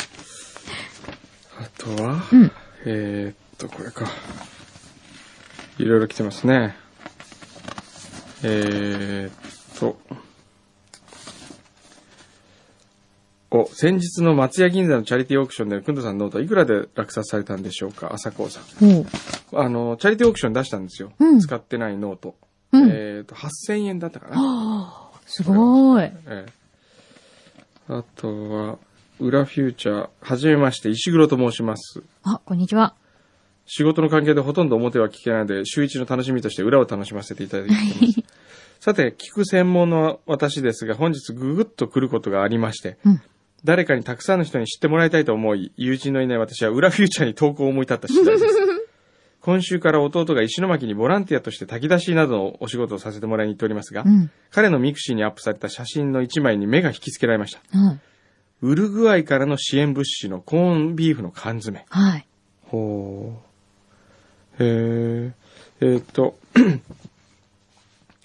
た。あとは、
うん。
えー、っと、これか。いろいろ来てますね。えー、っと。お、先日の松屋銀座のチャリティーオークションで、くんどさんのノートはいくらで落札されたんでしょうか朝子さん。
ほう。
あの、チャリティーオークション出したんですよ。
うん
使ってないノート。
うん
えー、っと、8000円だったかな。
すごーい。
ええあとは、裏フューチャー、はじめまして、石黒と申します。
あ、こんにちは。
仕事の関係でほとんど表は聞けないので、週一の楽しみとして裏を楽しませていただいています。 さて、聞く専門の私ですが、本日ぐぐっと来ることがありまして、
うん
誰かにたくさんの人に知ってもらいたいと思い、友人のいない私は裏フューチャーに投稿を思い立った次第で す。今週から弟が石巻にボランティアとして炊き出しなどのお仕事をさせてもらいに行っておりますが、
うん。
彼のミクシーにアップされた写真の一枚に目が引きつけられました。
はい。
ウルグアイからの支援物資のコーンビーフの缶詰。
はい。
ほう。へえ。えーっと、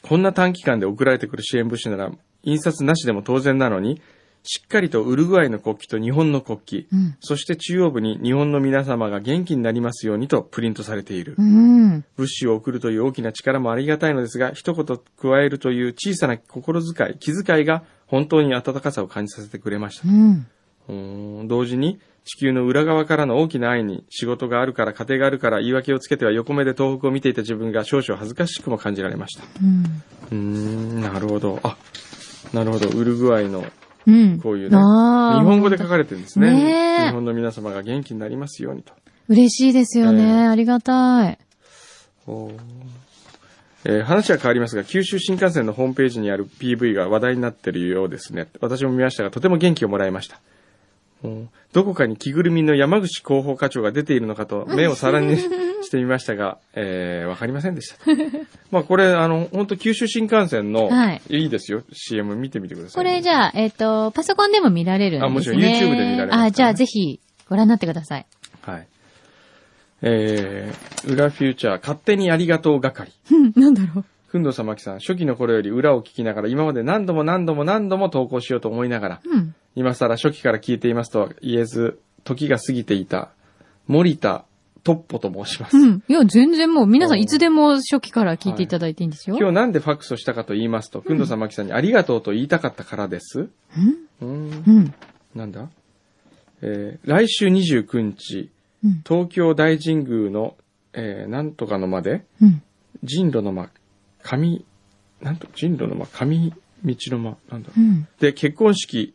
こんな短期間で送られてくる支援物資なら、印刷なしでも当然なのに、しっかりとウルグアイの国旗と日本の国旗、
うん。
そして中央部に日本の皆様が元気になりますようにとプリントされている
う。ん。
物資を送るという大きな力もありがたいのですが、一言加えるという小さな心遣い、気遣いが本当に温かさを感じさせてくれました
う。ん。
うーん同時に地球の裏側からの大きな愛に仕事があるから家庭があるから言い訳をつけては横目で東北を見ていた自分が少々恥ずかしくも感じられました。
うん。
うーん、なるほど。あ、なるほど。ウルグアイの
うん。
こういうね、日
あー
本語で書かれてるんですね。
ねえ
日本の皆様が元気になりますようにと。
嬉しいですよね。
えー
ありがたい。
おーえー話は変わりますが、九州新幹線のホームページにある PV が話題になっているようですね。私も見ましたが、とても元気をもらいました。うんどこかに着ぐるみの山口広報課長が出ているのか と目を皿にしてみましたが、えーわかりませんでした。 まあこれ、あの、本当九州新幹線の、
はい
い、いですよ、CM 見てみてくださ
こ
い。
れじゃあ、えっ、と、パソコンでも見られるんですね。
あもちろん YouTube で見られますからね
あ、じゃあぜひご覧になってください。
はい。えー、裏フューチャー、勝手にありがとう係。
うん、なんだろう。
ふんどうさまきさん、初期の頃より裏を聞きながら、今まで何度も何度も何度も投稿しようと思いながら、
うん。
今更初期から聞いていますとは言えず、時が過ぎていた、森田トッポと申します。
うん。いや、全然もう、皆さんいつでも初期から聞いていただいていいんですよ。
今日なんでファックスをしたかと言いますと、ふんどうさまきさんにありがとうと言いたかったからです。うーん
う、ん。
なんだえー、来週29日、
うん。
東京大神宮の、えー、なんとかの間で、
うん。
神路の間、神、なんと、神路の間、神道の間、なんだ
うん。
で、結婚式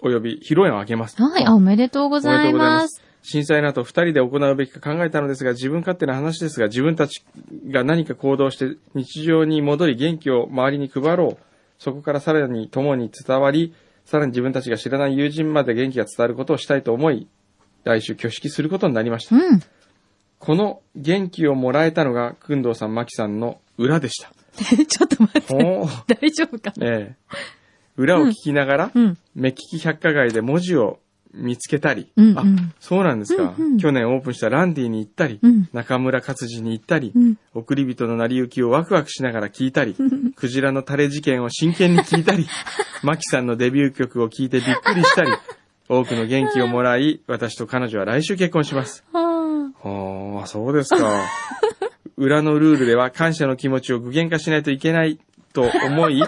及び披露宴をあげます。
はい。あ、おめでとうご
おめ
ざ
でとう
い
ございま
ますす。。
震災の後、二人で行うべきか考えたのですが、自分勝手な話ですが、自分たちが何か行動して、日常に戻り、元気を周りに配ろう。そこからさらに共に伝わり、さらに自分たちが知らない友人まで元気が伝わることをしたいと思い、来週挙式することになりました。
うん。
この元気をもらえたのが、くんどうさん、まきさんの裏でした。
ちょっと待って。
お ー
大丈夫かな
ええ裏を聞きながら、
うん。
目利き百科街で文字を見つけたり、
うんうん
あそうなんですか、
うんうん
去年オープンしたランディに行ったり、
うん
中村勝治に行ったり、
うん。
送り人の成り行きをワクワクしながら聞いたり、クジラのタレ事件を真剣に聞いた り、マキさんのデビュー曲を聞いてびっくりしたり、多くの元気をもらい、私と彼女は来週結婚します。
は
ああ、そうですか。裏のルールでは感謝の気持ちを具現化しないといけないと思い、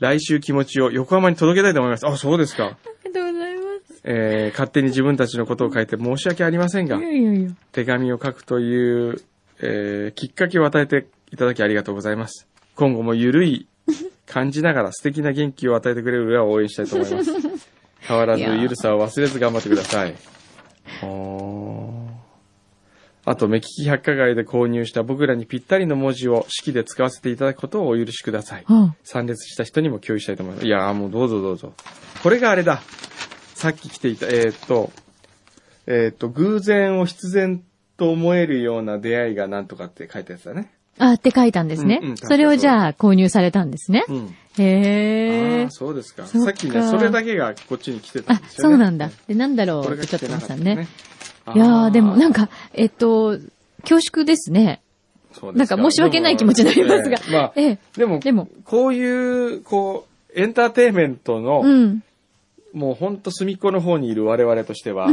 来週気持ちを横浜に届けたいと思います。あ、そうですか。
りがとうございます。
えー勝手に自分たちのことを書いて申し訳ありませんが
い、やいやいや。
手紙を書くという、えーきっかけを与えていただきありがとうございます。今後もゆるい感じながら素敵な元気を与えてくれる裏を応援したいと思います。変わらずゆるさを忘れず頑張ってください。おーあと、目利き百科街で購入した僕らにぴったりの文字を式で使わせていただくことをお許しください。
は
参列した人にも共有したいと思います。いやーもうどうぞどうぞ。これがあれだ。さっき来ていた、えーっと、えーっと、偶然を必然と思えるような出会いがなんとかって書いたやつだね。
あ。あって書いたんですね
うんうん。
それをじゃあ購入されたんですね
う。ん。あ
へえ
あ、。そうですか
そっか
さっきね、それだけがこっちに来てた
あ
んで、すよ
そ
ね。
うなんだ。で、なんだろ
こ
う
れ
っ
が
てち
来
ょってと
な
思っ
か
て
ったん
たん
だ
ね
ね。。
いやー、でもなん
か、
か、えっと、恐縮ですね。
そうで
なん
すか
か申し訳ない気持ちになりますが
でもええまあ、
ええ。
でも、
でも、
こういう、こう、エンターテインメントの、
うん。
もうほんと隅っこの方にいる我々としては、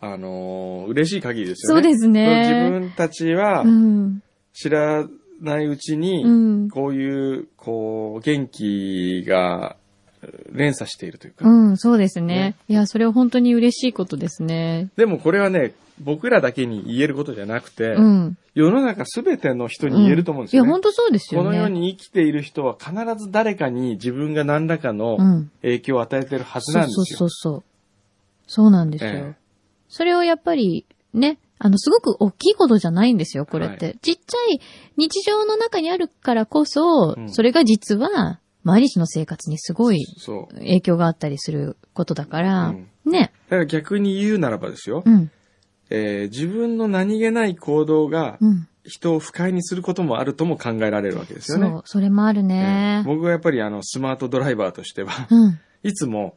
あのー嬉しい限りですよ
そ
ね。
うで
自
すね。
分たちは
うん。
知らないうち
う
に、
ん。
こういう、こう、元気がえー連鎖しているというか。
うん、そうですね
ね。
いや、それは本当に嬉しいことですね。
でもこれはね、僕らだけに言えることじゃなくて、
うん。
世の中すべての人に言えると思うんですよ
い
ね。
や、本当そうですよ
こ
ね。
の世に生きている人は必ず誰かに自分が何らかの
うん。
影響を与えてるはずなんですよ。
そうそうそうそう。そうなんですよ。
ええ
それをやっぱり、ね、あの、すごく大きいことじゃないんですよ、これって。ちっちゃい日常の中にあるからこそ、
うん
それが実は、毎日の生活にすごい
そう
影響があったりすることだから、ね。
だから逆に言うならばですよ、
うん。
えー自分の何気ない行動が
うん。
人を不快にすることもあるとも考えられるわけです
そ
よね。
う、それもある
えー
ね。
僕はやっぱりあのスマートドライバーとしては、
うん。
いつも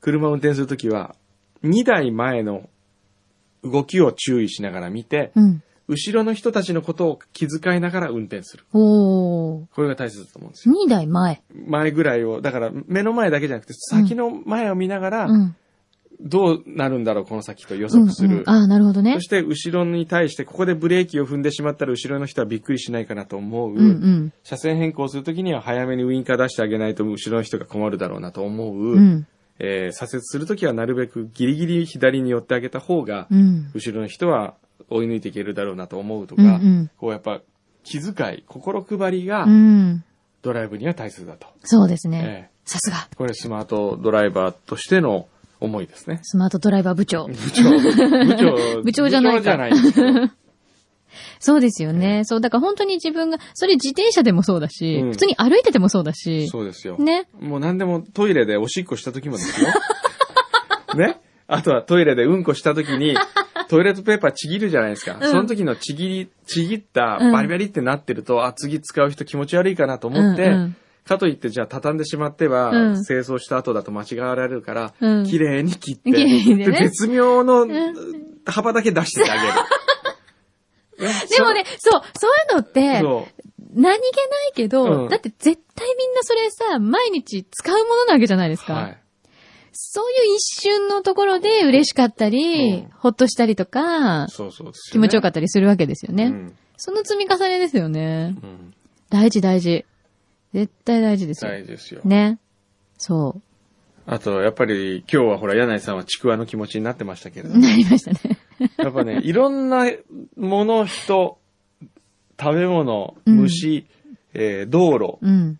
車を運転するときは、2台前の動きを注意しながら見て、
うん。
後ろの人たちのことを気遣いながら運転する。
おー。
これが大切だと思うんですよ。
2台前。
前ぐらいを、だから目の前だけじゃなくて、先の前を見なが
う
ら、
ん。
どうなるんだろう、この先と予
うん、
測す
うん
る。。
ああ、なるほどね
そし。て後ろに対して、ここでブレーキを踏んでしまったら後ろの人はびっくりしないかなと思う。
うんうん。
車線変更するときには早めにウインカー出してあげないと後ろの人が困るだろうなと思う。
うん。
えー左折するときはなるべくギリギリ左に寄ってあげた方が、
うん。
後ろの人は追い抜いていけるだろうなと思うとか、
うんうん
こうやっぱ気遣い、心配りが
うん。
ドライブには大切だと。
そうです
え
ね。さすが。
ーこれスマートドライバーとしての思いです ね。
スマートドライバー部長。
部長、部長、
部長じゃないか
部長じゃないんですけど
そうですよね。そう、だから本当に自分が、それ自転車でもそうだし、
うん
普通に歩いててもそうだし、
そうですよ。
ね。
もう何でもトイレでおしっこした時もですよ。 ね。あとはトイレでうんこした時に、トイレットペーパーちぎるじゃないですか。
うん
その時のちぎり、ちぎった
うん
バリバリってなってると、あ、次使う人気持ち悪いかなと思って、
うんうん
かといってじゃあ畳んでしまっては、
うん
清掃した後だと間違われるから、
うん
綺麗に切って、
綺麗にね
で絶妙の
ん
幅だけ出してあげる。
でもね、そう、そういうのって、
そう、
何気ないけど、
うん
だって絶対みんなそれさ、毎日使うものなわけじゃないですか。
はい。
そういう一瞬のところで嬉しかったり、
うん
ほっとしたりとか、
そうそうです
気持ちよ
かっ
かったりするわけですよね。
うん
その積み重ねですよね。
うん。
大事大事。絶対大事ですよ。
大事ですよ。
ね。そ
あと、やっぱり今日はほら、柳井さんはちくわの気持ちになってましたけれど
う。
も、
なりましたね。
やっぱ ね、いろんなもの、人、食べ物、
うん
虫、えー道路、
うん。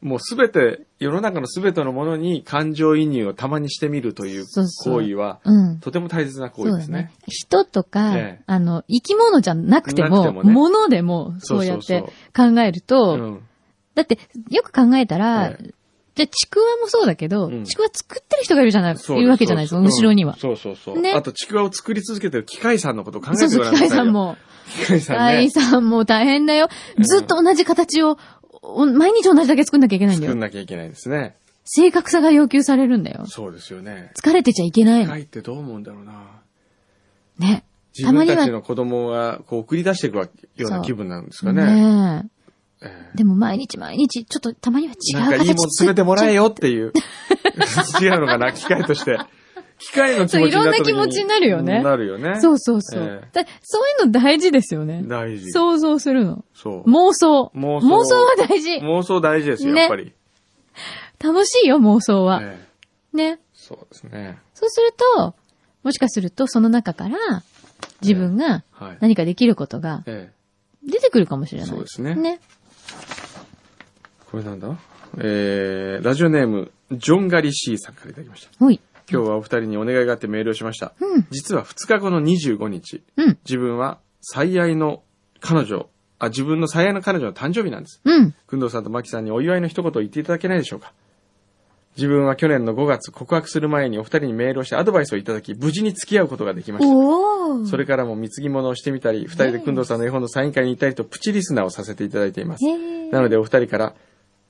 もうすべて、世の中のすべてのものに感情移入をたまにしてみるという
そうそう
行為は、
うん。
とても大切な行
そう
為
だ
ですね。。
人とか、
ええ
あの、生き物じゃなくて
なく
も、
てもね
物でも、そうやって考えると、
うん
だって、よく考えたら、
ええ
じゃあちくわもそうだけど、
うん
ちくわ作ってる人がいるじゃない、
そう
いるわけじゃないですか、後ろには。
そうそうそう。
ね
あと、ちくわを作り続けてる機械さんのことを考えて
そう
ご
そ
ら
う、機
んなさいよ。
械さんも。
機械
機
さん
械
ね。
さんも大変だよ。
うん
ずっと同じ形を、お毎日同じだけ作んなきゃいけないんだ
作ん
よ。
なきゃいけないですね。
正確さが要求されるんだよ。
そうですよね。
疲れてちゃいけない
機
の。
械ってどう思うんだろうな。
ね。
自
たま
分
には
たちの子供がこう送り出していくような気分なんですかね。
ねえ
ええ
でも毎日毎日、ちょっとたまには違う
なんか
形
いいもん詰めてもらえ
よ。
よっていう。違うのかな、機械として。機械の気持ちになった時
そういろんな気持ちになるよね
なるよね。
そうそうそう。
ええ
だそういうの大事ですよね。
大事。
想像するの。
そう。
妄想。
妄
妄
想
想は大事。
妄想大事ですよ、
ね
やっぱり。
楽しいよ、妄想は。
ええ
ね。
そうですね。
そうすると、もしかするとその中から自分が
はい。
何かできることが
え
出てくるかもしれ
え、
ない。
そうですね。
ね。
これなんだえー、ラジオネーム、ジョンガリシーさんからいただきました。
ほい。
今日はお二人にお願いがあってメールをしました。
うん。
実は2日後の25日、
うん。
自分は最愛の彼女、あ、自分の最愛の彼女の誕生日なんです。
うん。
くんどうさんとまきさんにお祝いの一言を言っていただけないでしょうか自分は去年の5月告白する前にお二人にメールをしてアドバイスをいただき、無事に付き合うことができました。
おー。
それからも貢ぎ物をしてみたり、二人でくんどうさんの絵本のサイン会に行ったりとプチリスナーをさせていただいています。
へー
なのでお二人から、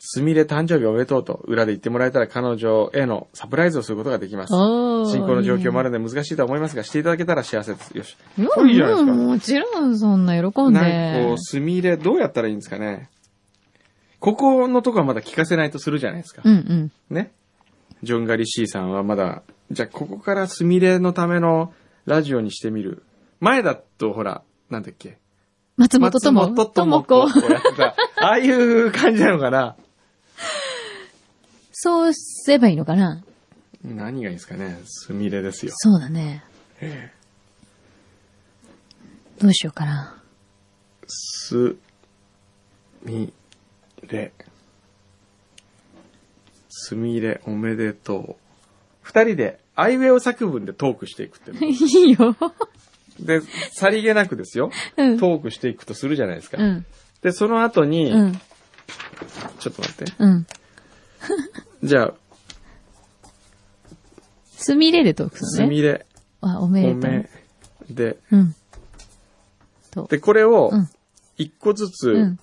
すみれ誕生日おめでとうと裏で言ってもらえたら彼女へのサプライズをすることができます。
おー。
進行の状況もあ
る。
るので難しいとは思いますが、していただけたら幸せです。よし。こ
うん、
れいいじゃないですか
うんもちろん、そんな喜んで。
なんかこう、すみれどうやったらいいんですかね。ここのとこはまだ聞かせないとするじゃないですか。
うんうん。
ね。ジョンガリ C さんはまだ、じゃあここからすみれのためのラジオにしてみる。前だとほら、なんだっけ。
松本とも。
松本智子をやってた。ああいう感じなのかな。
そうすればいいのかな
何がいいんですかね。すみれですよ。
そうだね。どうしようかな。
す、み、れ。すみれ、おめでとう。二人で、アイウェオ作文でトークしていくっていうの。
いいよ。
で、さりげなくですよ。
うん
トークしていくとするじゃないですか。
うん。
で、その後に、
うん。
ちょっと待って。
うん。
じゃあ、
すみれでトークす
す
るね。
みれ、
あ、おめで
お
とう
め。で、
うん。
で、これを
うん、
一個ずつ、
うん。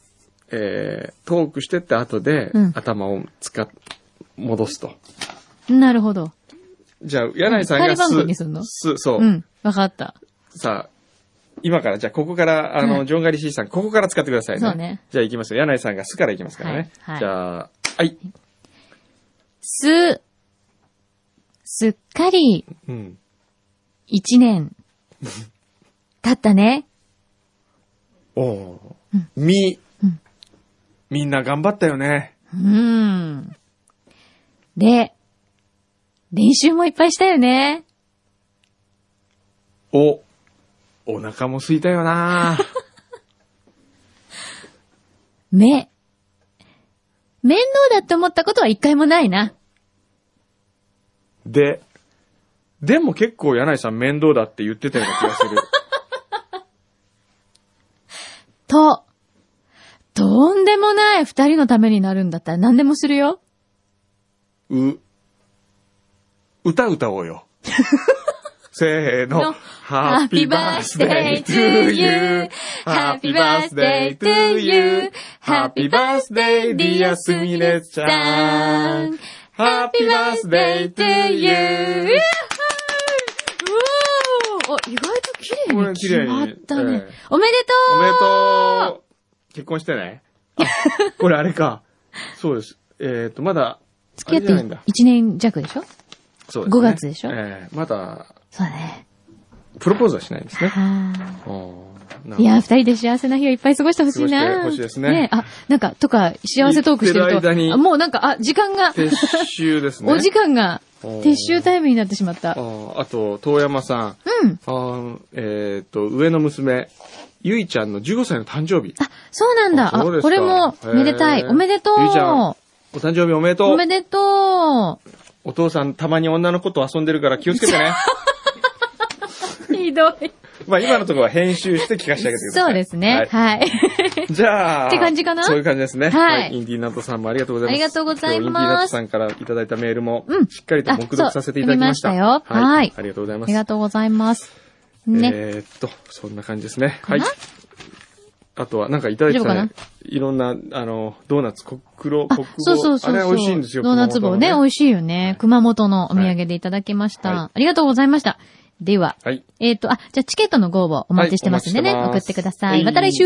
えー、トークしてって後で、
うん
頭を使っ、戻すと。
なるほど。
じゃあ、柳井さんが
うんタリバン軍にすんの
す、そう。
うん。わかった。
さあ、今から、じゃあここから、あの、
うん
ジョンガリシーさん、ここから使ってくださいね。
そうね
じゃあ行きますよ。柳井さんがすから行きますからね。
はいはい
じゃあ、はい。
す、すっかり
うん。
一 年、経ったね。
おお
う
ー
ん。
み、
うん
みんな頑張ったよね。
うん。で、練習もいっぱいしたよね。
お、お腹も空いたよな
目。面倒だって思ったことは一回もないな。
で、でも結構柳井さん面倒だって言ってたような気がする。
と、とんでもない二人のためになるんだったら何でもするよ。
う、歌歌おう よ。せーの
の。Happy birthday to you. Happy birthday to you. Happy birthday dear すみれちゃん。Happy birthday to you. うわーお意外と綺
こ
麗
れ
に
綺
決
麗
ま
に
ったね
ええ。
おめで
おめで
とう
とう結婚してねこれあれか。そうです。えっ、と、まだ、
付き
あれじゃ
合
ない
っ
ん
て
だ
一年弱でしょ
そうですね
5月でしょ
ええまだ、
そうだね。
プロポーズはしないんですね。
は
うん
い。いや、、二人で幸せな日をいっぱい過ごしてほしい
過ごし
な。
てほしいですね
あ、なんか、とか、幸せトークして
言
る
ってる間に
と、あもうなんか、あ、時間が、
撤収ですね。
お時間が、
おー
撤収タイムになってしまっ
あ
た。
ーあと、遠山さん。
うん。
あーえっ、と、上の娘、ゆいちゃんの15歳の誕生日。
あ、そうなんだ。
あ
あ、
そうですか
これも、めでた
へ
い。
ー
おめでとう。
ゆいちゃんお誕生日おめでとう
おめでと
お父さんたまに女の子と遊んでるから気をつけてね。
う。ひどい。
まあ今のところは編集して聞かせてあげてください。
そうですね。
は
はい。
い。じゃあ。
って感じかな
そういう感じですね。
はい
インディーナットさんもありがとうございます。
ありがとうござい
今日イン
ます
ディーナットさんからいただいたメールも、
うん
しっかりと目読
あそ
さ
う
せていただきました。
読みましたよはい
ありがとうござい
あ
ます。
りがとうございます。ね。
えーっと、そんな感じですね。は
か
い
な。
あとは、なんかいただいてた
大丈
ね
夫か、
いろんな、あの、ドーナツ、黒、黒、
あ
黒、
そうそうそうそう。
あれ美味しいんですよ。
ドーナツ棒ね、美
い
味しいよね。熊本のお土産でいただきました。
はい
ありがとうございました。では、
はい。
えっ、と、あ、じゃあチケットのご応募お待ちしてますんでね、
はいお
送
待
っ
ちして
て
ます
くださ
はい
い。また来週